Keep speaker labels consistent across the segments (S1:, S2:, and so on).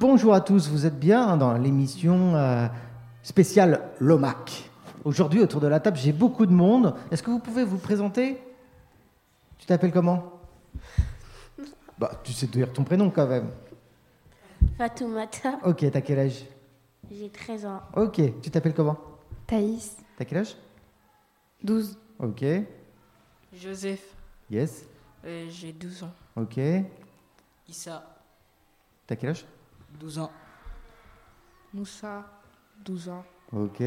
S1: Bonjour à tous, vous êtes bien dans l'émission euh, spéciale Lomac. Aujourd'hui, autour de la table, j'ai beaucoup de monde. Est-ce que vous pouvez vous présenter Tu t'appelles comment Bah, tu sais dire ton prénom quand même.
S2: Fatoumata,
S1: Ok, t'as quel âge
S2: j'ai 13 ans.
S1: Ok, tu t'appelles comment
S3: Thaïs,
S1: T'as quel âge
S3: 12.
S1: Ok,
S4: Joseph,
S1: yes,
S4: euh, j'ai 12 ans.
S1: ok.
S4: Issa,
S1: T'as quel âge
S4: 12 ans.
S3: Moussa, 12 ans.
S1: Ok.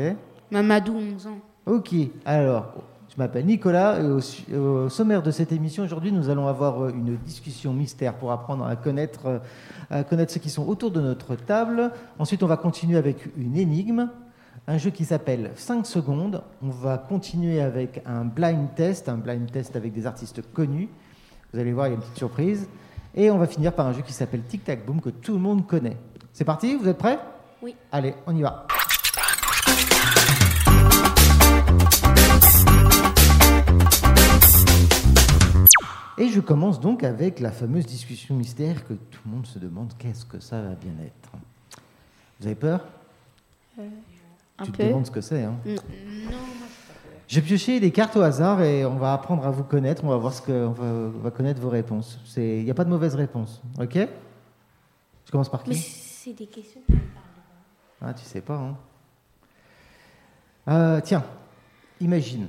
S3: Mamadou, 11 ans.
S1: Ok, alors, je m'appelle Nicolas et au, su- au sommaire de cette émission, aujourd'hui, nous allons avoir euh, une discussion mystère pour apprendre à connaître, euh, à connaître ceux qui sont autour de notre table. Ensuite, on va continuer avec une énigme, un jeu qui s'appelle 5 secondes. On va continuer avec un blind test, un blind test avec des artistes connus. Vous allez voir, il y a une petite surprise. Et on va finir par un jeu qui s'appelle Tic Tac Boom que tout le monde connaît. C'est parti, vous êtes prêts
S2: Oui.
S1: Allez, on y va. Et je commence donc avec la fameuse discussion mystère que tout le monde se demande qu'est-ce que ça va bien être. Vous avez peur
S2: Euh, Un
S1: Tu te
S2: peu.
S1: demandes ce que c'est. Hein
S2: Non.
S1: J'ai pioché des cartes au hasard et on va apprendre à vous connaître. On va voir ce que on va, on va connaître vos réponses. C'est- Il n'y a pas de mauvaise réponse. Ok Je commence par qui
S2: Mais c'est des questions.
S1: Ah, tu sais pas. Hein. Euh, tiens, imagine.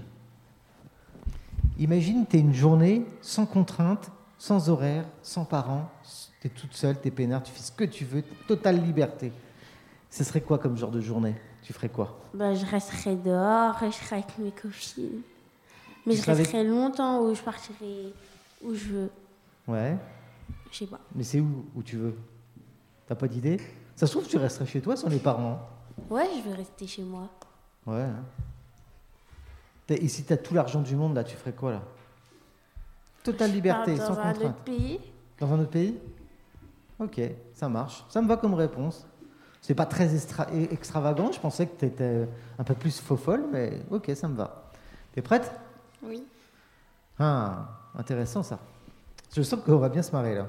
S1: Imagine, t'es une journée sans contrainte, sans horaire, sans parents. T'es toute seule, t'es peinard, tu fais ce que tu veux, totale liberté. Ce serait quoi comme genre de journée Tu ferais quoi
S2: Bah, je resterai dehors et je serai avec mes copines. Mais
S1: Tu
S2: je
S1: seras avec-
S2: resterai longtemps ou je partirai où je veux.
S1: Ouais,
S2: Je sais pas.
S1: mais c'est où où tu veux T'as pas d'idée Ça se trouve, tu resterais chez toi sans les parents. hein.
S2: Ouais, je vais rester chez moi.
S1: Ouais. hein. T'as- Et si t'as tout l'argent du monde, là, tu ferais quoi, là Totale
S2: Je pars
S1: liberté, sans
S2: dans un
S1: contrainte.
S2: autre pays.
S1: Dans un autre pays Ok, ça marche. Ça me va comme réponse. C'est pas très extra- e- extravagant, je pensais que tu étais un peu plus faux-folle, mais ok, ça me va. T'es prête
S3: Oui.
S1: Ah, intéressant ça. Je sens qu'on va bien se marrer là.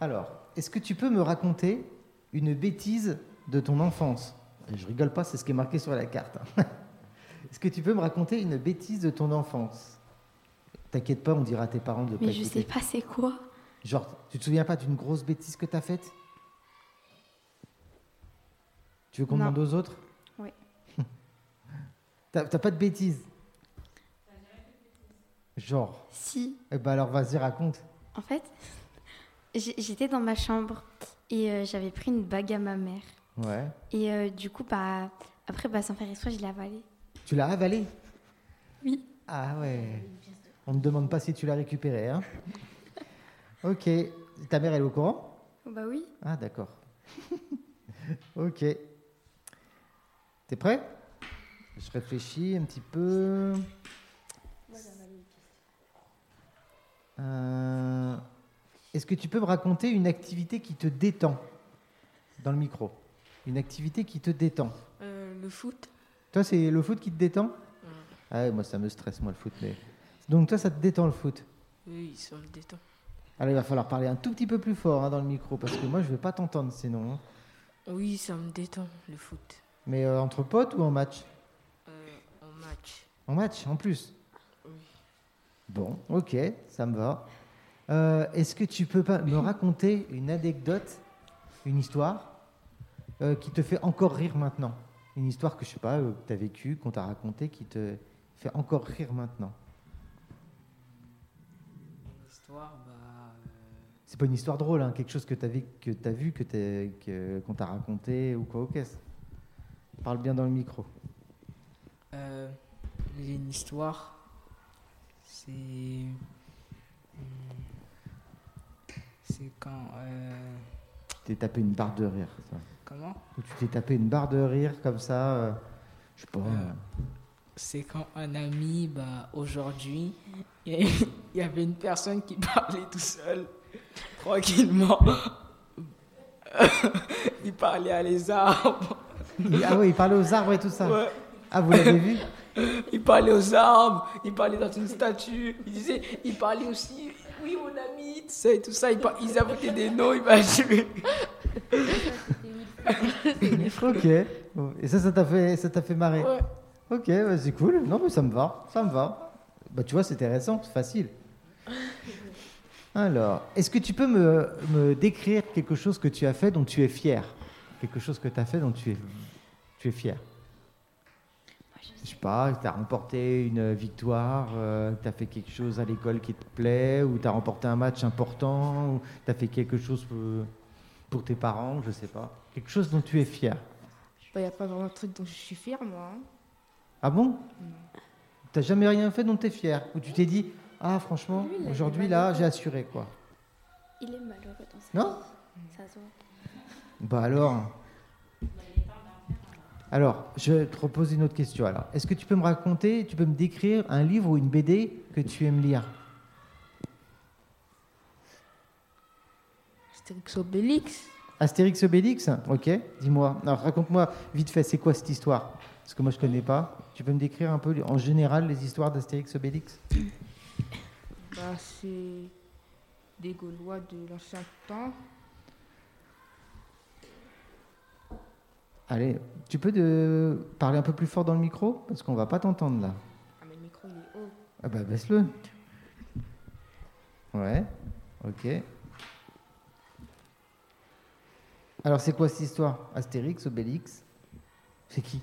S1: Alors, est-ce que tu peux me raconter une bêtise de ton enfance Et Je rigole pas, c'est ce qui est marqué sur la carte. hein. est-ce que tu peux me raconter une bêtise de ton enfance T'inquiète pas, on dira à tes parents de
S3: Mais
S1: pas
S3: je
S1: écouter.
S3: sais pas c'est quoi.
S1: Genre, tu te souviens pas d'une grosse bêtise que t'as faite Tu veux qu'on
S3: Non.
S1: demande aux autres
S3: Oui.
S1: t'as t'as pas de bêtises Genre,
S3: Si,
S1: eh ben alors vas-y, raconte.
S3: en fait, j'ai- j'étais dans ma chambre et euh, j'avais pris une bague à ma mère.
S1: Ouais.
S3: Et euh, du coup, bah, après, bah, sans faire exprès, je l'ai avalée.
S1: Tu l'as avalée
S3: Oui.
S1: Ah ouais. On ne demande pas si tu l'as récupérée. Hein ok. Ta mère, elle est au courant
S3: Oh, bah oui.
S1: Ah, d'accord. ok. T'es prêt Je réfléchis un petit peu. Euh, Est-ce que tu peux me raconter une activité qui te détend dans le micro Une activité qui te détend.
S4: Euh, le foot,
S1: Toi, c'est le foot qui te détend Ah ouais, moi, ça me stresse, moi, le foot. mais- Donc, toi, ça te détend le foot
S4: oui, ça me détend.
S1: Alors, il va falloir parler un tout petit peu plus fort hein, dans le micro parce que moi, je ne vais pas t'entendre sinon. hein.
S4: Oui, ça me détend, le foot.
S1: Mais euh, entre potes ou en match
S4: Euh, en match,
S1: En match, en plus.
S4: Oui.
S1: Bon, ok, ça me va. Euh, Est-ce que tu peux pas me raconter une anecdote, une histoire euh, qui te fait encore rire maintenant Une histoire que je sais pas, euh, que tu as vécue, qu'on t'a racontée, qui te fait encore rire maintenant.
S4: l'histoire, bah. euh,
S1: C'est pas une histoire drôle, hein, quelque chose que tu as, que t'as vu, que t'es- que- qu'on t'a raconté ou quoi au caisse. Parle bien dans le micro.
S4: euh, il y a une histoire, c'est. hum, C'est quand. euh,
S1: Tu t'es tapé une barre de rire. ça.
S4: comment
S1: Ou tu t'es tapé une barre de rire comme ça. euh, je sais pas.
S4: Euh, C'est quand un ami, bah, aujourd'hui, il y a- il y avait une personne qui parlait tout seul, tranquillement. il parlait à les arbres.
S1: Il- Ah oui, il parlait aux arbres et tout ça.
S4: Ouais.
S1: Ah, vous l'avez vu
S4: Il parlait aux arbres, il parlait dans une statue, il disait, il parlait aussi, oui mon ami, tout ça et tout ça, il par- ils inventaient des noms, il m'a tué.
S1: Ok. Et ça, ça t'a fait, ça t'a fait marrer.
S4: Ouais.
S1: Ok, bah, c'est cool. Non, mais ça me va. Ça me va. Bah, tu vois, c'était récent, c'est facile. Alors, est-ce que tu peux me, me décrire quelque chose que tu as fait dont tu es fier Quelque chose que tu as fait dont tu es, tu es fier Je sais pas, tu as remporté une victoire, tu as fait quelque chose à l'école qui te plaît, ou tu as remporté un match important, ou tu as fait quelque chose pour, pour tes parents, je sais pas. Quelque chose dont tu es fier.
S5: Il n'y Bah, a pas vraiment de truc dont je suis fière, moi. hein.
S1: Ah bon T'as jamais rien fait dont t'es fier Ou tu t'es dit, ah franchement,
S2: Lui, il a
S1: aujourd'hui
S2: du mal à
S1: là,
S2: faire.
S1: j'ai assuré quoi
S2: Il est malheureux dans sa
S1: Non
S2: vie, ça se voit.
S1: Bah alors Alors, je te repose une autre question alors. Est-ce que tu peux me raconter, tu peux me décrire un livre ou une BD que tu aimes lire
S5: Astérix Obélix.
S1: Astérix Obélix Ok, dis-moi. Alors raconte-moi vite fait, c'est quoi cette histoire Parce que moi je connais pas. Tu peux me décrire un peu en général les histoires d'Astérix Obélix
S5: Bah, c'est des Gaulois de l'ancien temps.
S1: Allez, tu peux de... parler un peu plus fort dans le micro Parce qu'on va pas t'entendre là.
S5: Ah, mais le micro, il est haut.
S1: Ah bah baisse-le. Ouais, ok. Alors c'est quoi cette histoire Astérix, Obélix C'est qui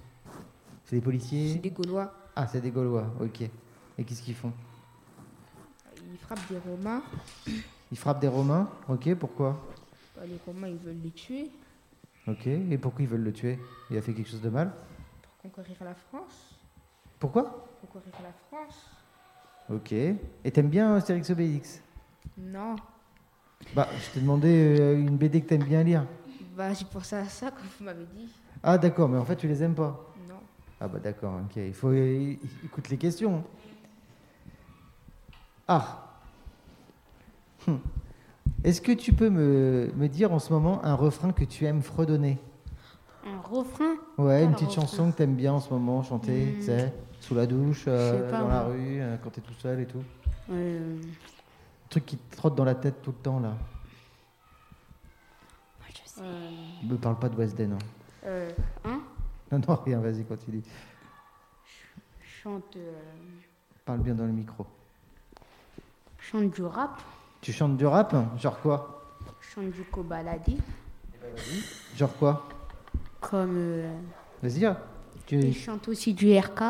S1: C'est des
S5: C'est
S1: policiers
S5: des Gaulois.
S1: Ah c'est des Gaulois, ok. Et qu'est-ce qu'ils font
S5: Ils frappent des Romains.
S1: Ils frappent des Romains Ok, pourquoi
S5: Bah, les Romains, ils veulent les tuer
S1: Ok, et pourquoi ils veulent le tuer Il a fait quelque chose de mal
S5: pour conquérir la France.
S1: Pourquoi
S5: Pour conquérir la France.
S1: Ok. Et t'aimes bien Astérix, Obélix
S5: Non.
S1: Bah je t'ai demandé euh, une BD que t'aimes bien lire.
S5: Bah, j'ai pensé à ça quand vous m'avez dit.
S1: Ah d'accord, mais en fait tu les aimes pas
S5: Non.
S1: Ah bah d'accord, ok. Il faut euh, écoute les questions. Ah. Hum. Est-ce que tu peux me, me dire en ce moment un refrain que tu aimes fredonner
S2: Un refrain
S1: Ouais,
S2: Quel
S1: une petite
S2: refrain
S1: chanson que t'aimes bien en ce moment chanter,
S2: Hmm.
S1: tu sais, sous la douche, euh,
S2: Je sais pas,
S1: dans la
S2: moi.
S1: rue, euh, quand t'es tout seul et tout. Un
S2: Euh,
S1: truc qui te trotte dans la tête tout le temps là.
S2: Moi, je sais.
S4: Euh,
S1: Me parle pas de Wesden, non.
S2: Euh, hein
S1: Non, non, rien, vas-y, continue.
S2: Chante, euh,
S1: Parle bien dans le micro.
S2: chante du rap,
S1: Tu chantes du rap hein Genre quoi
S2: chante du cobaladi,
S1: Genre quoi
S2: comme euh,
S1: Vas-y, hein.
S2: il
S1: tu,
S2: chante aussi du RK.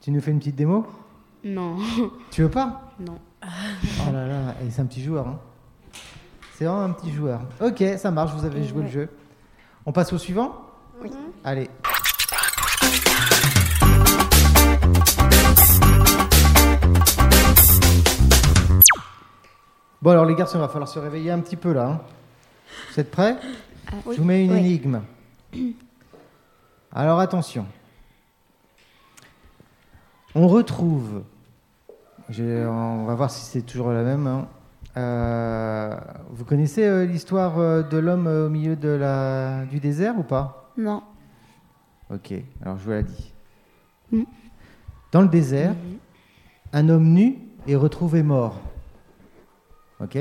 S1: tu nous fais une petite démo
S2: Non,
S1: Tu veux pas
S2: non.
S1: Oh là là, et c'est un petit joueur. hein. C'est vraiment un petit joueur. Ok, ça marche, vous avez joué le jeu. On passe au suivant Oui. Allez. Bon alors les garçons, il va falloir se réveiller un petit peu là. hein. Vous êtes prêts
S3: Euh,
S1: Je vous mets une énigme. Alors attention. On retrouve je- on va voir si c'est toujours la même. hein. Euh, vous connaissez euh, l'histoire euh, de l'homme euh, au milieu de la, du désert ou pas
S2: Non.
S1: Ok, alors je vous la dis.
S2: Mm.
S1: Dans le désert, un homme nu est retrouvé mort. Ok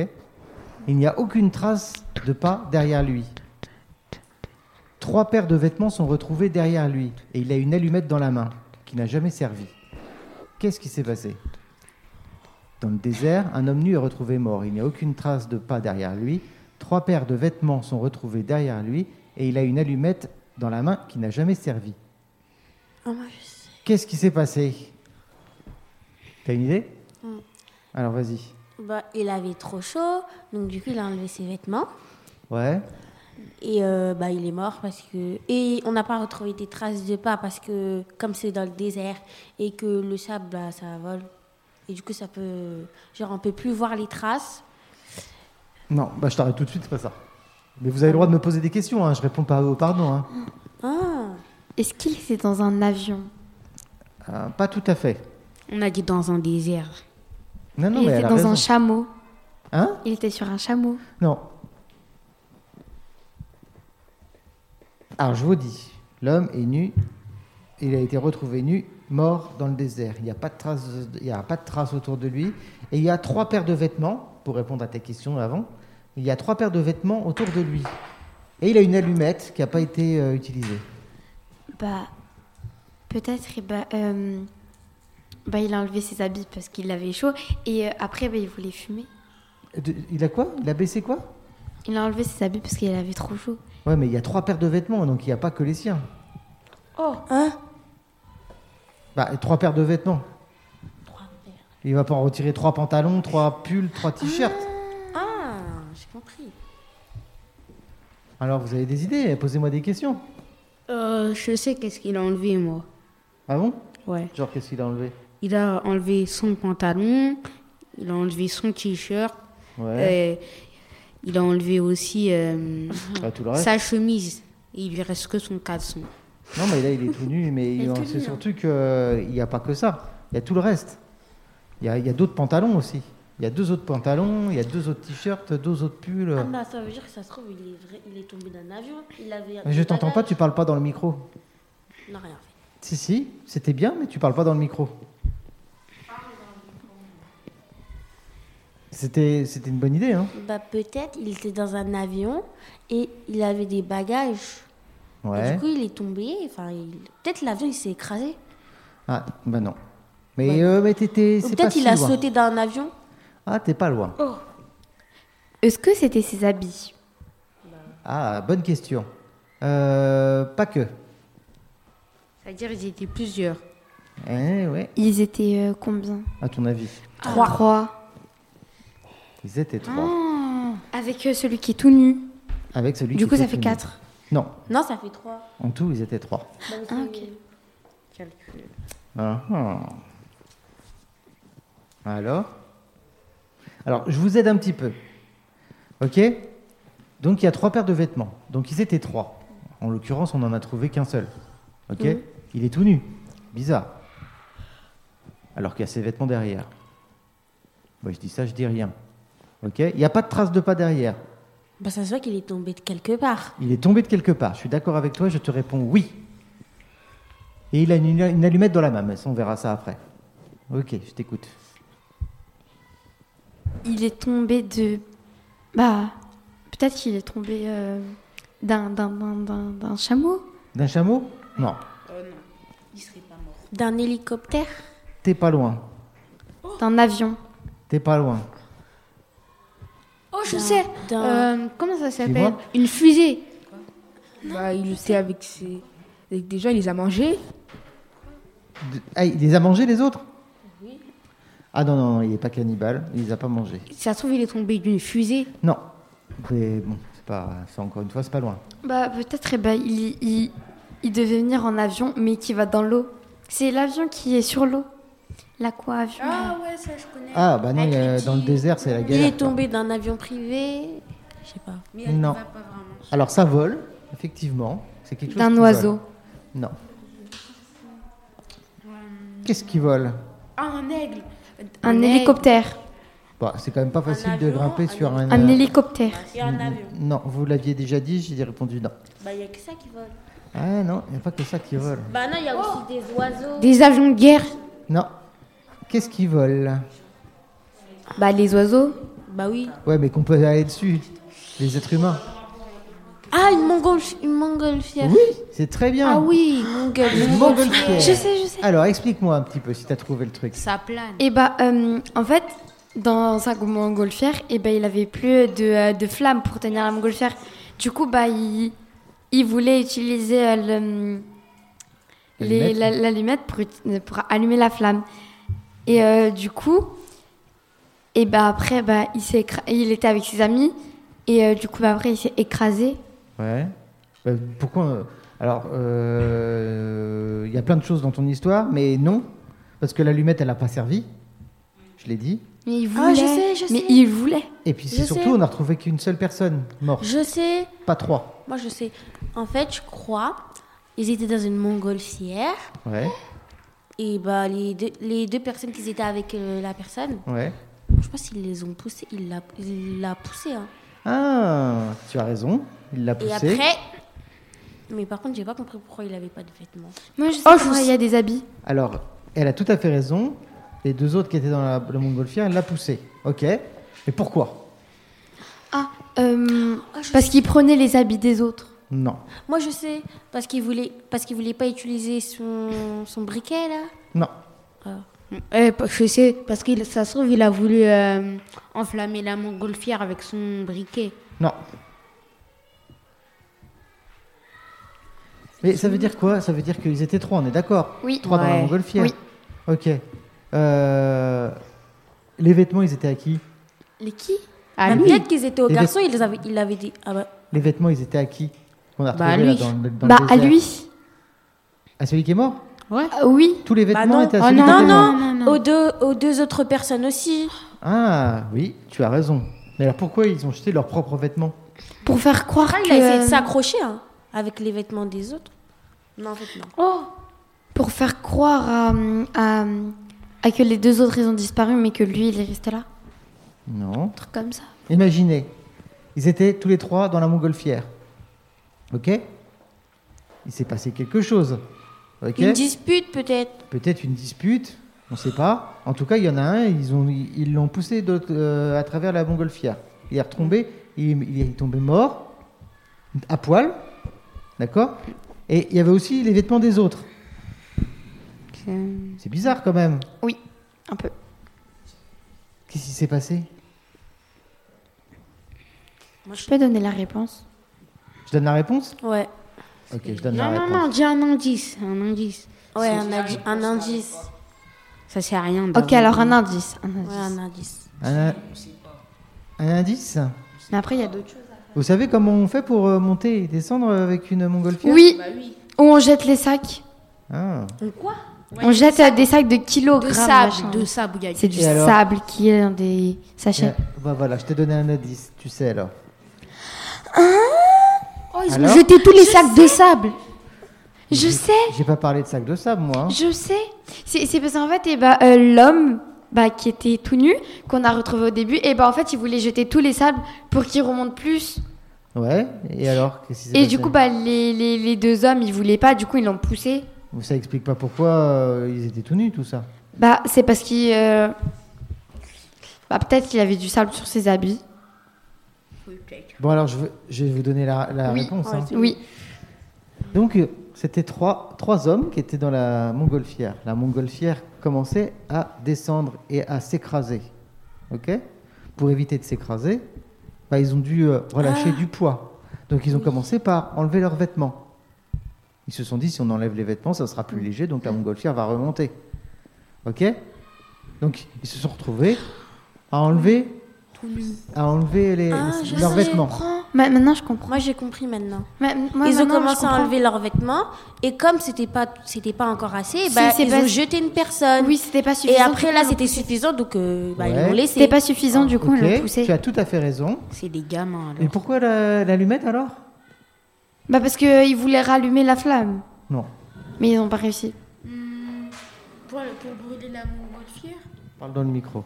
S1: Il n'y a aucune trace de pas derrière lui. Trois paires de vêtements sont retrouvés derrière lui et il a une allumette dans la main qui n'a jamais servi. Qu'est-ce qui s'est passé dans le désert, un homme nu est retrouvé mort. Il n'y a aucune trace de pas derrière lui. Trois paires de vêtements sont retrouvés derrière lui et il a une allumette dans la main qui n'a jamais servi.
S2: Ah, moi, je sais.
S1: Qu'est-ce qui s'est passé T'as une idée
S2: Mm.
S1: Alors vas-y.
S2: Bah, il avait trop chaud, donc du coup, il a enlevé ses vêtements.
S1: Ouais.
S2: Et euh, bah, il est mort parce que. Et on n'a pas retrouvé des traces de pas parce que, comme c'est dans le désert et que le sable, bah, ça vole. Et du coup, ça peut. Genre, on peut plus voir les traces.
S1: Non, bah je t'arrête tout de suite, c'est pas ça. Mais vous avez le droit de me poser des questions, hein. je réponds pas au pardon. hein.
S2: Ah
S3: Est-ce qu'il était dans un avion
S1: Euh, pas tout à fait.
S2: On a dit dans un désert.
S1: Non, Ah non,
S3: Il
S1: mais
S3: était
S1: elle a
S3: dans
S1: raison.
S3: un chameau.
S1: Hein
S3: Il était sur un chameau.
S1: Non. Alors je vous dis, l'homme est nu, il a été retrouvé nu, mort dans le désert. Il n'y a, pas de trace- il n'y a pas de traces autour de lui. Et il y a trois paires de vêtements, pour répondre à ta question avant, il y a trois paires de vêtements autour de lui. Et il a une allumette qui n'a pas été euh, utilisée.
S3: Bah, peut-être, et bah, euh, bah, il a enlevé ses habits parce qu'il avait chaud. Et euh, après, bah, il voulait fumer.
S1: De- il a quoi Il a baissé quoi
S3: Il a enlevé ses habits parce qu'il avait trop chaud.
S1: Ouais, mais il y a trois paires de vêtements, donc il n'y a pas que les siens.
S2: Hein
S1: Bah, trois paires de vêtements.
S2: Trois paires.
S1: Il va pas en retirer trois pantalons, trois pulls, trois t-shirts.
S2: Ah, j'ai compris.
S1: Alors, vous avez des idées Posez-moi des questions.
S6: Euh, je sais qu'est-ce qu'il a enlevé, moi.
S1: Ah bon
S6: Ouais.
S1: Genre, qu'est-ce qu'il a enlevé
S6: Il a enlevé son pantalon, il a enlevé son t-shirt,
S1: Ouais,
S6: euh, il a enlevé aussi euh,
S1: bah, tout le reste.
S6: sa chemise. Et il lui reste que son caleçon.
S1: Non, mais là, il est tout nu, mais il- c'est
S2: hein.
S1: surtout qu'il n'y a pas que ça. Il euh, y a tout le reste. Il y a, il y a d'autres pantalons aussi. Il y a deux autres pantalons, il y a deux autres t-shirts, deux autres pulls.
S2: Ah, non, ça veut dire que ça se trouve, il est, vrai- il est tombé d'un avion. Il avait.
S1: Mais je t'entends pas, tu parles pas dans le micro.
S2: Non, rien fait.
S1: Si, si, c'était bien, mais tu parles pas dans le micro. C'était c'était une bonne idée, hein
S2: Bah, peut-être, il était dans un avion et il avait des bagages. Et
S1: Ouais.
S2: Bah, du coup, il est tombé. Enfin, il- peut-être l'avion, il s'est écrasé.
S1: Ah, ben non. Mais, euh, mais t'étais-
S2: Ou
S1: c'est pas
S2: peut-être
S1: si
S2: il a
S1: loin.
S2: sauté d'un avion.
S1: Ah, t'es pas loin.
S3: Est-ce que c'était ses habits
S1: Ah, bonne question. Euh, pas que.
S6: C'est-à-dire ils étaient plusieurs.
S1: Eh ouais,
S3: Ils étaient euh, combien
S1: à ton avis.
S3: Ah. Trois.
S1: Ils étaient trois.
S3: Avec euh, celui qui est tout nu.
S1: Avec celui
S3: Ah. du
S1: qui
S3: coup, ça
S1: était
S3: fait
S1: tout nu.
S3: quatre.
S1: Non,
S2: Non, ça fait trois.
S1: en tout, ils étaient trois.
S3: Ah, ok.
S1: Ah, ah. Alors Alors, je vous aide un petit peu. OK Donc, il y a trois paires de vêtements. Donc, ils étaient trois. En l'occurrence, on n'en a trouvé qu'un seul. OK Il est tout nu. Bizarre. Alors qu'il y a ses vêtements derrière. Moi, je dis ça, je dis rien. OK Il n'y a pas de trace de pas derrière.
S2: Bah, ça se voit qu'il est tombé de quelque part.
S1: Il est tombé de quelque part. Je suis d'accord avec toi, je te réponds oui. Et il a une, une allumette dans la main, mais ça, on verra ça après. Ok, je t'écoute.
S3: Il est tombé de. Bah, peut-être qu'il est tombé euh, d'un, d'un, d'un, d'un, d'un chameau.
S1: D'un chameau Non,
S2: D'un hélicoptère.
S1: t'es pas loin.
S3: D'un avion.
S1: T'es pas loin.
S3: Oh, je
S2: D'un-
S3: sais
S2: d'un-
S3: Euh, Comment ça s'appelle
S1: Dis-moi.
S6: Une fusée
S5: Bah, il était avec ses. Avec des gens, il les a mangés.
S1: De- Ah, il les a mangés les autres Ah non, non, non, il est pas cannibale, il les a pas mangés.
S6: Ça se trouve, il est tombé d'une fusée.
S1: Non, mais bon, c'est pas, c'est encore une fois, c'est pas loin.
S3: Bah, peut-être eh ben, il, il, il devait venir en avion, mais qui va dans l'eau. C'est l'avion qui est sur l'eau. L'aquavion.
S6: ouais, ça je connais.
S1: Ah bah non, il y a- dans le désert, c'est la
S2: Il
S1: galère.
S2: est tombé d'un avion privé. Je sais pas.
S6: Mais
S1: elle Non. va
S6: pas vraiment.
S1: quoi. Alors ça vole, effectivement. C'est quelque chose qui
S3: D'un
S1: vole.
S3: oiseau.
S1: Non. Qu'est-ce qui vole
S5: Ah, un aigle.
S3: Un hélicoptère.
S1: Bah, c'est quand même pas facile de
S2: avion,
S1: grimper
S2: un
S1: sur un.
S2: hélicoptère.
S3: Un
S1: euh,
S3: hélicoptère.
S2: Et un
S1: Mmh.
S2: avion.
S1: Non, vous l'aviez déjà dit, j'ai répondu non.
S2: Bah, il n'y a que ça qui vole.
S1: Ah non, il n'y a pas que ça qui vole.
S2: Bah, non, il y a aussi des oiseaux.
S6: Des avions de guerre
S1: Non. Qu'est-ce qui vole
S6: Bah les oiseaux.
S2: Bah, oui.
S1: Ouais, mais qu'on peut aller dessus. Les êtres humains.
S2: Ah, une montgolf- une montgolfière.
S1: Oui, c'est très bien.
S6: Ah oui
S1: Une montgolfière.
S3: Je sais, je sais.
S1: Alors, explique-moi un petit peu si t'as trouvé le truc.
S6: Ça plane.
S3: Et bah, euh, en fait, dans sa montgolfière, et ben il avait plus de, euh, de flammes pour tenir la montgolfière. Du coup, bah, il, il voulait utiliser euh, le- les-
S1: L'allumette.
S3: la- l'allumette pour, ut- pour allumer la flamme. Et euh, du coup, et bah, après, bah, il, s'est écra- il était avec ses amis. Et euh, du coup, bah, après, il s'est écrasé.
S1: Ouais. Bah, pourquoi euh, Alors, euh, il y a plein de choses dans ton histoire, mais non, parce que l'allumette, elle n'a pas servi. Je l'ai dit.
S3: Mais il voulait.
S2: Ah, je sais, je sais.
S3: Mais il voulait.
S1: Et puis, c'est
S2: Je
S1: surtout,
S2: sais.
S1: on n'a retrouvé qu'une seule personne morte,
S2: Je sais.
S1: pas trois.
S2: Moi, je sais. En fait, je crois, ils étaient dans une montgolfière.
S1: Ouais,
S2: Et bah, les deux, les deux personnes qui étaient avec euh, la personne,
S1: ouais.
S2: je pense qu'ils les ont poussés. Il l'a il l'a poussé. Hein.
S1: Ah, tu as raison. Il
S6: Ah,
S1: l'a poussé.
S2: Et après. Mais par contre, j'ai pas compris pourquoi il avait pas de vêtements.
S3: Moi, je sais
S6: Oh, je
S3: comment
S6: sais.
S3: il y a des habits.
S1: Alors, elle a tout à fait raison. Les deux autres qui étaient dans la, la montgolfière, elle l'a poussé. Ok. Mais pourquoi
S3: Ah, euh,
S2: Ah, je
S3: parce qu'il prenait les habits des autres.
S1: Non.
S2: Moi, je sais, parce qu'il voulait, parce qu'il voulait pas utiliser son, son briquet là.
S1: Non.
S6: Eh, pa- je sais, parce que ça se trouve, il a voulu euh, enflammer la montgolfière avec son briquet.
S1: Non. Mais ça veut dire quoi Ça veut dire qu'ils étaient trois, on est d'accord
S3: Oui.
S1: Trois dans la
S6: Ouais.
S1: montgolfière.
S3: Oui.
S1: Ok. Euh, les vêtements, ils étaient à qui
S3: Les qui
S6: À
S2: Bah,
S6: Ah, lui
S2: Peut-être qu'ils étaient aux
S1: Et
S2: garçons, ils les avaient, ils l'avaient dit. Ah bah,
S1: Les vêtements, ils étaient à qui Qu'on a
S6: Bah,
S1: retrouvé
S6: à lui.
S1: là dans, le- dans
S3: Bah,
S1: le
S3: à
S1: désert.
S3: lui.
S1: À celui qui est mort
S3: Ah, oui.
S1: Tous les vêtements
S2: Bah non.
S1: étaient à
S6: Oh
S1: celui
S6: non,
S1: qui
S2: non,
S1: était mort.
S2: non,
S6: non, non. Oh,
S2: Aux, deux, aux deux autres personnes aussi.
S1: Ah oui, tu as raison. Mais alors pourquoi ils ont jeté leurs propres vêtements
S3: Pour faire croire
S2: Ah, il
S3: que...
S2: a essayé de s'accrocher hein, avec les vêtements des autres. Non, en fait, non.
S3: Oh Pour faire croire à, à- à que les deux autres, ils ont disparu, mais que lui, il est resté là. Un
S1: Non.
S3: truc comme ça.
S1: Imaginez, ils étaient tous les trois dans la montgolfière. Ok Il s'est passé quelque chose. Ok
S2: Une dispute peut-être.
S1: Peut-être une dispute, on ne sait pas. En tout cas, il y en a un, ils ont- ils l'ont poussé d'autres, euh, à travers la montgolfière. Il est retombé, il, il est tombé mort, à poil, d'accord Et il y avait aussi les vêtements des autres. C'est bizarre quand même.
S3: Oui, un peu.
S1: Qu'est-ce qui s'est passé
S3: Je peux donner la réponse
S1: Je donne la réponse
S2: Ouais.
S1: Ok, je donne la
S6: Non, non,
S1: réponse.
S6: non, dis un indice. Un indice.
S2: Ouais, un, indi- un indice.
S6: Ça sert à rien.
S3: Ok,
S1: Bah,
S6: d'avoir-
S3: alors un indice. un indice.
S2: Ouais, un indice.
S1: Un, un indice
S3: Mais après, il y a d'autres choses.
S1: Vous savez comment on fait pour euh, monter et descendre avec une montgolfière
S3: Oui, où on jette les sacs.
S1: Ah.
S2: quoi
S3: on jette euh, des sacs de kilogrammes.
S6: De sable,
S3: machin.
S2: hein.
S6: de sable, Gaël.
S3: C'est du
S1: Et alors
S3: sable qui est dans des sachets.
S1: Euh, bah voilà, je t'ai donné un indice, tu sais alors.
S3: Oh, ils
S1: ont Alors
S3: jeté tous les sacs de sable. Je sais,
S1: J'ai pas parlé de sac de sable, moi. hein.
S3: je sais. C'est c'est parce qu'en fait, eh ben, euh, l'homme bah, qui était tout nu, qu'on a retrouvé au début, et ben en fait, il voulait jeter tous les sables pour qu'il remonte plus.
S1: Ouais, et alors qu'est-ce qui s'est
S3: Et
S1: passé
S3: du coup, bah, les, les- les deux hommes, ils voulaient pas, du coup, ils l'ont poussé.
S1: Ça explique pas pourquoi euh, ils étaient tout nus, tout ça.
S3: Bah, c'est parce qu'il. euh, Bah, peut-être qu'il avait du sable sur ses habits.
S1: Bon, alors je, veux- je vais vous donner la, la
S3: Oui,
S1: réponse. hein.
S3: Oui.
S1: Donc, euh, c'était trois, trois hommes qui étaient dans la montgolfière. La montgolfière commençait à descendre et à s'écraser. OK Pour éviter de s'écraser, bah, ils ont dû euh, relâcher
S3: Ah.
S1: du poids. Donc, ils ont commencé par enlever leurs vêtements. Ils se sont dit, si on enlève les vêtements, ça sera plus léger, donc la montgolfière va remonter. OK Donc, ils se sont retrouvés à enlever, à enlever les,
S2: Ah, je
S1: leurs
S2: sais.
S1: vêtements.
S3: Ma- maintenant, je comprends.
S2: Moi, j'ai compris maintenant.
S3: Ma- moi,
S2: ils ont
S3: maintenant, je
S2: commencé à
S3: comprends.
S2: enlever leurs vêtements et comme c'était pas c'était pas encore assez,
S3: Si,
S2: bah,
S3: c'est
S2: ils
S3: pas-
S2: ont jeté une personne.
S3: Oui, c'était pas
S2: et
S3: suffisant.
S2: après là,
S3: du coup,
S2: c'était suffisant donc euh, bah,
S1: Ouais.
S2: ils l'ont laissé.
S3: C'était pas suffisant, du coup,
S1: Ok,
S3: on l'a poussé.
S1: tu as tout à fait raison.
S6: C'est des gamins,
S1: Et
S6: alors.
S1: pourquoi la- l'allumette alors
S3: Bah, parce qu'ils voulaient rallumer la flamme.
S1: Non.
S3: Mais ils n'ont pas réussi.
S6: Pour, brûler la montgolfière
S1: Parle dans le micro.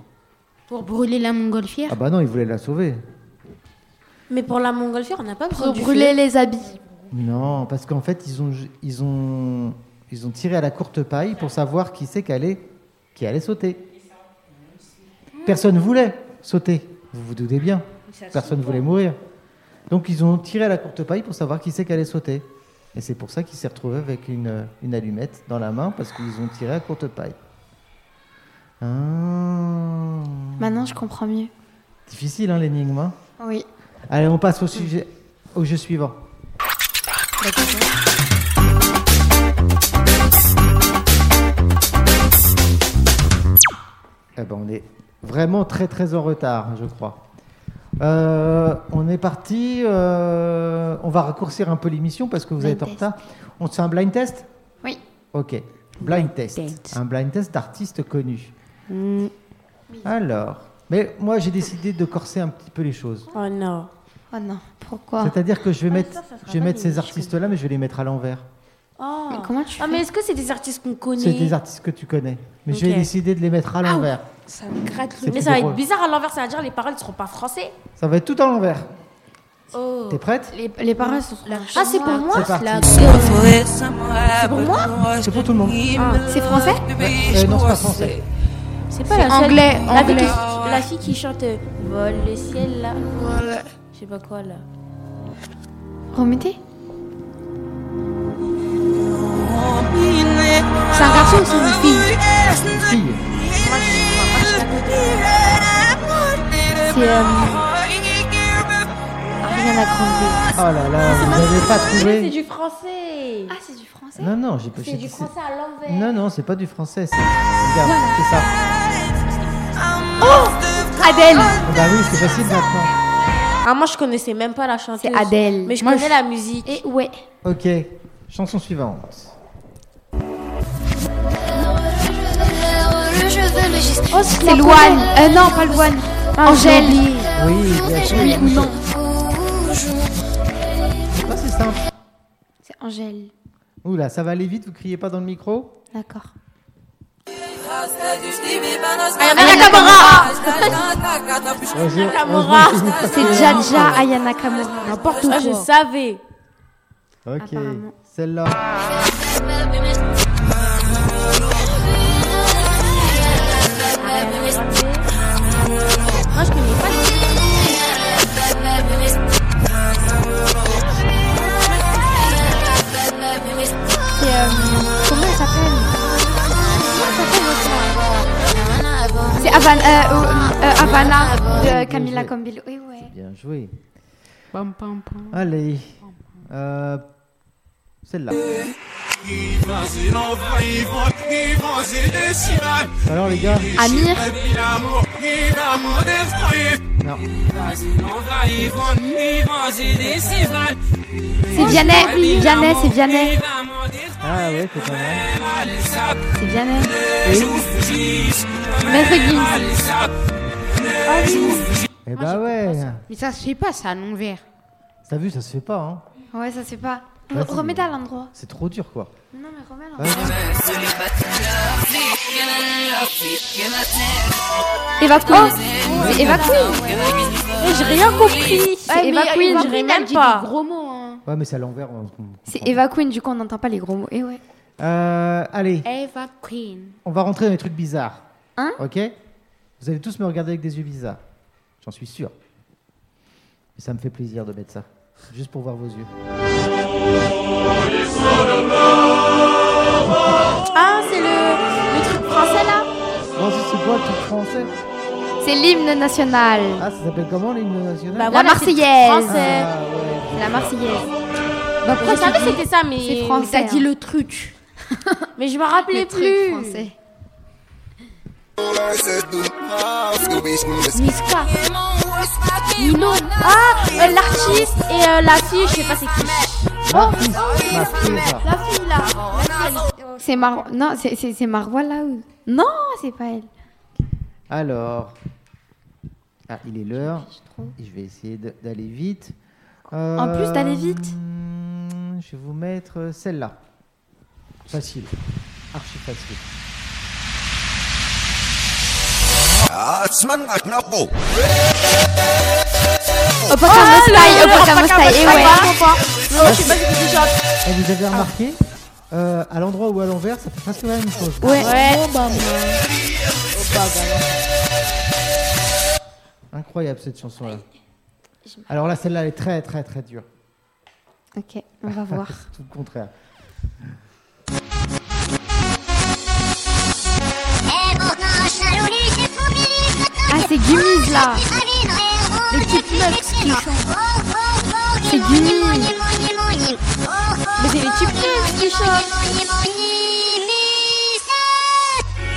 S6: Pour brûler la montgolfière
S1: Ah bah non, il voulait la sauver.
S2: Mais pour la montgolfière, on n'a pas besoin
S3: Pour
S2: du
S3: brûler
S2: feu.
S3: les habits.
S1: Non, parce qu'en fait, ils ont, ils, ont, ils ont tiré à la courte paille pour savoir qui c'est qui allait, qui allait sauter. Personne voulait sauter. Vous vous doutez bien. Personne voulait mourir. Donc ils ont tiré à la courte paille pour savoir qui c'est qui allait sauter. Et c'est pour ça qu'il s'est retrouvé avec une, une allumette dans la main parce qu'ils ont tiré à courte paille. Ah.
S3: Maintenant, je comprends mieux.
S1: Difficile hein, l'énigme. hein
S3: Oui.
S1: Allez, on passe au sujet, au jeu suivant. Eh ben, on est vraiment très très en retard, hein, je crois. Euh, on est parti. euh, on va raccourcir un peu l'émission parce que vous
S3: Blind
S1: êtes en
S3: test.
S1: retard. On se fait un blind test
S3: Oui.
S1: Ok. Blind test.
S6: test.
S1: Un blind test d'artistes connus.
S6: Mm.
S1: Alors, mais moi j'ai décidé de corser un petit peu les choses.
S2: Oh non.
S3: Oh non, pourquoi
S1: C'est-à-dire que je vais mettre,
S2: Ah, ça, ça sera
S1: je vais
S2: pas
S1: mettre
S2: des
S1: ces artistes-là, mais je vais les mettre à l'envers.
S2: Oh.
S3: Mais comment tu
S2: Ah
S3: fais
S2: mais est-ce que c'est des artistes qu'on connaît
S1: C'est des artistes que tu connais. Mais je vais
S2: Ok.
S1: décider de les mettre à l'envers.
S5: Ça me gratte
S1: C'est
S2: Mais
S1: plus
S2: ça va
S1: drôle.
S2: être bizarre à l'envers, ça veut dire les paroles ne seront pas français.
S1: Ça va être tout à l'envers.
S2: Oh.
S1: T'es prête
S3: les, les parents sont.
S2: Ah c'est pour moi
S1: C'est parti.
S2: C'est pour moi
S1: C'est pour tout le monde.
S2: Ah,
S3: C'est français
S1: Euh, non, c'est pas français.
S2: C'est pas
S6: C'est
S2: la seule.
S6: anglais,
S2: La fille,
S6: anglais.
S2: qui, la fille qui chante euh, Vole le ciel là. Je sais pas quoi là.
S3: Remettez
S6: C'est un garçon ou c'est une fille
S1: Une fille.
S3: C'est euh, Ariana Grande.
S1: Oh là là,
S2: Ah,
S1: vous n'avez pas
S2: C'est
S1: trouvé.
S2: du français.
S3: Ah, c'est du français
S1: Non, non, j'ai pas
S2: C'est du
S1: j'ai-
S2: français à
S1: Non,
S2: l'envers.
S1: non, c'est pas du français. c'est- Regarde, c'est ça.
S3: Adèle
S1: Ah Bah oui, c'est facile maintenant.
S2: Ah, moi je connaissais même pas la chanteuse.
S3: C'est Adèle.
S2: Mais je
S3: Moi,
S2: connais la musique.
S3: Et ouais.
S1: Ok, chanson suivante.
S3: Oh, c'est Louane. Euh, non, pas Louane. Angèle.
S1: Oui, bien sûr.
S3: Oui ou non
S1: Ah, c'est simple.
S3: C'est Angèle.
S1: Oula, ça va aller vite, vous criez pas dans le micro
S3: D'accord.
S1: Heureusement-
S2: Nakamura.
S1: heureusement que
S3: C'est Jaja Euh, Ayana Kamura. N'importe
S2: Ah, je savais.
S1: Ok,
S3: Apparemment.
S1: celle-là.
S2: Moi je connais pas. les-
S3: C'est euh, comment elle s'appelle Comment elle s'appelle l'autre, là C'est Havana, euh, euh, euh, Havana de Camila Combilo. Oui, ouais.
S1: Bien joué.
S6: Pam, pam, pam.
S1: Allez. Euh, celle-là. Alors les gars
S3: Amir,
S1: Non.
S3: c'est Vianney. Vianney, c'est Vianney.
S1: Ah ouais, c'est pas mal.
S3: C'est Vianney.
S1: Eh bah ouais.
S6: Mais ça se fait pas, ça, à l'envers.
S1: T'as vu, ça se fait pas, hein.
S3: Ouais, ça c'est pas.
S1: Ouais, c'est-
S3: Remets à l'endroit.
S1: C'est trop dur, quoi.
S3: Non, mais remets à
S1: Ouais.
S3: l'endroit. Eva Queen. C'est Eva Queen.
S2: Mais j'ai rien compris.
S3: C'est Eva Queen.
S2: je même pas.
S6: gros mots, hein.
S1: Ouais, mais c'est à l'envers. on- on
S3: C'est
S1: comprend.
S3: Eva Queen, du coup on n'entend pas les gros mots. Et ouais.
S1: Euh, allez,
S6: Eva Queen.
S1: on va rentrer dans les trucs bizarres.
S3: Hein
S1: Ok Vous allez tous me regarder avec des yeux bizarres. J'en suis sûr. Mais ça me fait plaisir de mettre ça. Juste pour voir vos yeux.
S2: Ah, c'est le, le truc français là
S1: Non, c'est c'est quoi le truc français
S3: C'est l'hymne national.
S1: Ah, ça s'appelle comment l'hymne nationale
S3: La
S2: Bah, c'est le truc
S3: Marseillaise.
S2: français.
S1: Ah, ouais.
S3: C'est la Marseillaise. Bah,
S2: je savais que c'était ça, mais,
S3: C'est
S6: Mais t'as
S3: français. hein.
S6: dit le truc.
S2: mais je me rappelais
S3: Le truc
S2: plus.
S3: français.
S6: Niska.
S2: Nino. Ah, euh, l'artiste et euh, la fille, je sais pas c'est qui.
S3: Ah,
S1: Marquise, Marquise, là.
S2: La fille là. La fille, elle est-
S3: C'est Mar... Non, c'est- c'est c'est Marwa là ou... Non, c'est pas elle.
S1: Alors. Ah, il est l'heure. Je vais essayer de- d'aller vite.
S3: En plus d'aller vite
S1: Euh, Je vais vous mettre celle-là. Facile. Archi facile.
S3: Opaka Mostai, Opaka Mostai, et eh ouais.
S1: Et Eh, vous avez remarqué euh, à l'endroit ou à l'envers, ça fait presque la même chose. Ah, bah,
S3: Ouais.
S1: Incroyable cette chanson-là. Alors là, celle-là, elle est très, très, très dure.
S3: Ok, on va voir.
S1: Tout le contraire.
S3: Ah, c'est Gumise là
S7: Les petites meufs qui chantent. C'est Gumi. Mais c'est les Chipmunks qui chantent.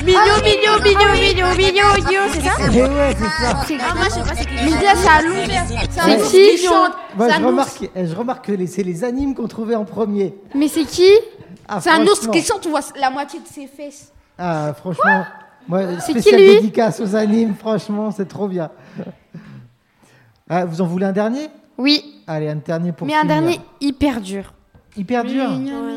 S2: Mignon, mignon, mignon, mignon, mignon, mignon, c'est ça
S1: Eh ouais, c'est ça.
S2: Ah, moi je sais pas c'est qui. Mignon, c'est à l'ouvert. C'est un
S1: Ouais.
S2: ours
S3: Qui
S2: qui chante.
S1: Moi,
S2: C'est
S1: je
S2: un ours.
S1: remarque, eh, je remarque que les- c'est les animes qu'on trouvait en premier.
S3: Mais c'est qui
S1: Ah,
S6: C'est un ours
S1: franchement.
S6: qui sort, tu vois la moitié de ses fesses.
S1: Ah, franchement, moi,
S3: C'est qui,
S1: spécial
S3: lui
S1: dédicace aux animes, franchement, c'est trop bien. Ah, vous en voulez un dernier
S3: Oui,
S1: Allez, un dernier pour
S3: mais un
S1: finir.
S3: dernier hyper dur.
S1: Hyper dur.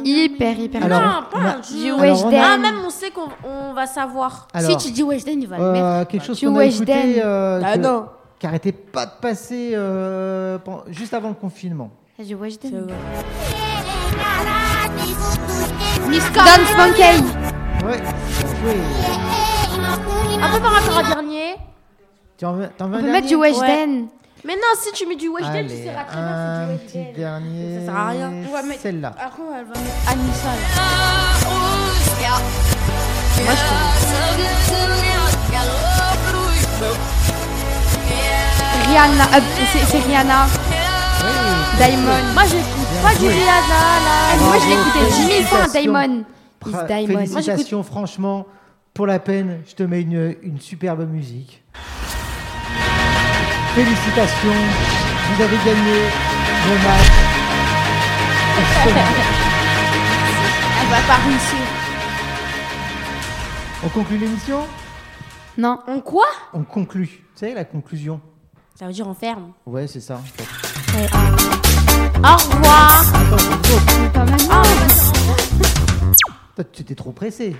S3: Hyper, hyper
S1: Alors,
S3: dur.
S2: Non, pas un
S3: Du
S2: jour.
S1: alors, on a-
S2: Ah,
S3: Weshden.
S2: même on sait qu'on on va savoir.
S1: Alors,
S6: si tu dis Weshden, il va le mettre.
S1: euh, quelque chose
S3: Tu
S1: qu'on a
S3: Weshden.
S1: écouté, euh,
S2: Ah
S1: que-
S2: non.
S1: qui arrêtait pas de passer euh, pen- juste avant le confinement.
S3: Du
S2: Euh,
S3: Weshden.
S6: Niska.
S3: Dance Monkey
S1: Ouais.
S7: Ah,
S1: Tu en veux, t'en veux
S3: On
S1: un
S3: peut mettre du
S1: dernier
S3: Weshden.
S2: Mais non, si tu mets du Weshden, tu
S1: Allez,
S2: seras très bien
S1: un
S2: si tu mets
S1: petit
S2: du Weshden.
S1: dernier.
S2: Ça sert à rien.
S6: Ouais, mais-
S1: Celle-là.
S6: Par contre, elle va mettre Anissa là.
S3: Rihanna, euh, c'est c'est Rihanna, Ah, Diamond.
S2: Moi, j'écoute pas du
S1: joué.
S2: Rihanna, là.
S3: Moi, je l'écoutais
S1: Bravo,
S3: 10 000 fois,
S1: félicitations.
S3: Diamond. Is
S1: Fra-
S3: Diamond. Moi, j'écoute-
S1: Félicitations, franchement. Pour la peine, je te mets une, une superbe musique. Félicitations, vous avez gagné le match.
S6: Elle va pas réussir.
S1: On conclut l'émission
S3: Non.
S2: On quoi
S1: On conclut. Tu sais, la conclusion.
S2: Ça veut dire on ferme.
S1: Ouais, c'est ça. en fait.
S2: Au revoir.
S3: Pas maintenant.
S1: Toi, tu t'es trop pressé.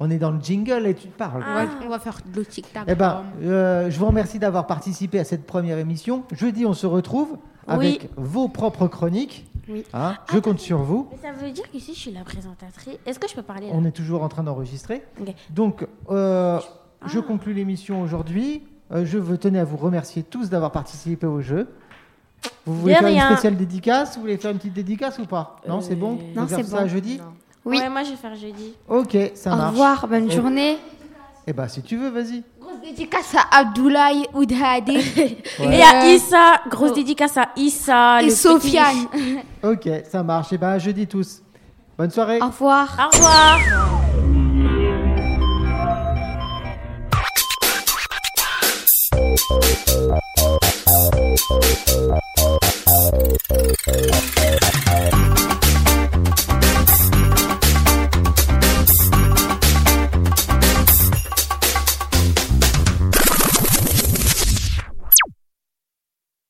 S1: On est dans le jingle et tu te parles.
S2: Ah.
S6: Ouais, on va faire le tic-tac.
S1: Eh ben, euh, je vous remercie d'avoir participé à cette première émission. Jeudi, on se retrouve
S2: Oui.
S1: avec vos propres chroniques.
S2: Oui.
S1: Hein, je compte sur vous.
S2: Mais ça veut dire que si je suis la présentatrice, est-ce que je peux parler là
S1: On est toujours en train d'enregistrer.
S2: Ok.
S1: Donc, euh,
S2: Ah.
S1: je conclus l'émission aujourd'hui. Euh, je veux tenais à vous remercier tous d'avoir participé au jeu. Vous voulez
S2: De
S1: faire
S2: rien.
S1: une spéciale dédicace Vous voulez faire une petite dédicace ou pas Non, c'est bon
S4: Euh,
S1: On
S3: non,
S1: faire
S3: c'est
S1: ça
S3: bon.
S1: jeudi
S3: Oui.
S2: Ouais, moi, je vais faire jeudi.
S1: Ok, ça
S3: Au
S1: marche.
S3: revoir, bonne
S1: Et-
S3: journée.
S1: Eh ben, si tu veux, vas-y.
S6: Grosse dédicace à Abdoulaye Oudhadi
S1: Ouais.
S2: Et à
S6: Euh,
S2: Issa, grosse
S6: oh.
S2: dédicace à Issa.
S6: et
S2: le
S6: Sofiane.
S1: Ok, ça marche. Eh ben, à jeudi tous. Bonne soirée.
S3: Au revoir.
S2: petit. Au revoir.